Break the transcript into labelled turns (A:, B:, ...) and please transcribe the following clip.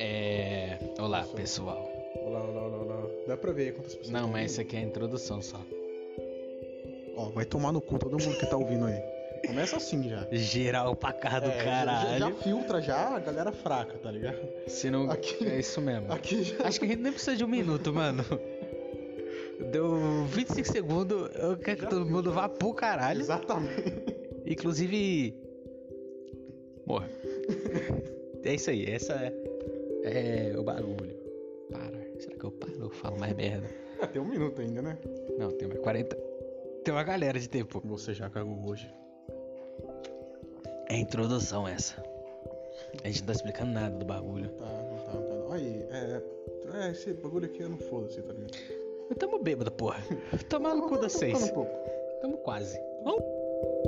A: É, pessoal.
B: Olá, olá, olá, olá. Dá pra ver aí quantas pessoas.
A: Não,
B: tão
A: mas isso
B: ouvindo?
A: aqui é a introdução só.
B: Ó, vai tomar no cu todo mundo que tá ouvindo aí. Começa assim já.
A: Geral pra cá do
B: É, já-
A: caralho.
B: Já, já filtra já a galera fraca, tá ligado?
A: Se não.
B: Aqui-
A: É isso mesmo.
B: Aqui já.
A: Acho que a gente nem precisa de um minuto, mano. Deu 25 segundos, eu quero que
B: Já
A: todo
B: viu,
A: mundo
B: já.
A: vá pro caralho.
B: Exatamente.
A: Inclusive. Morra. é isso aí, essa é, é o bagulho. Para. Será que eu paro ou falo mais merda?
B: Ah, tem um minuto ainda, né?
A: Não, tem mais 40. Tem uma galera de tempo.
B: Você já cagou hoje.
A: É a introdução essa. A gente não tá explicando nada do bagulho.
B: Tá, não tá, não tá. não. Aí, é. É, esse bagulho aqui eu não foda-se, tá ligado?
A: Eu tamo bêbado, porra. Tomar no cu da
B: Tocando
A: seis.
B: um pouco.
A: Tamo quase. Vamos.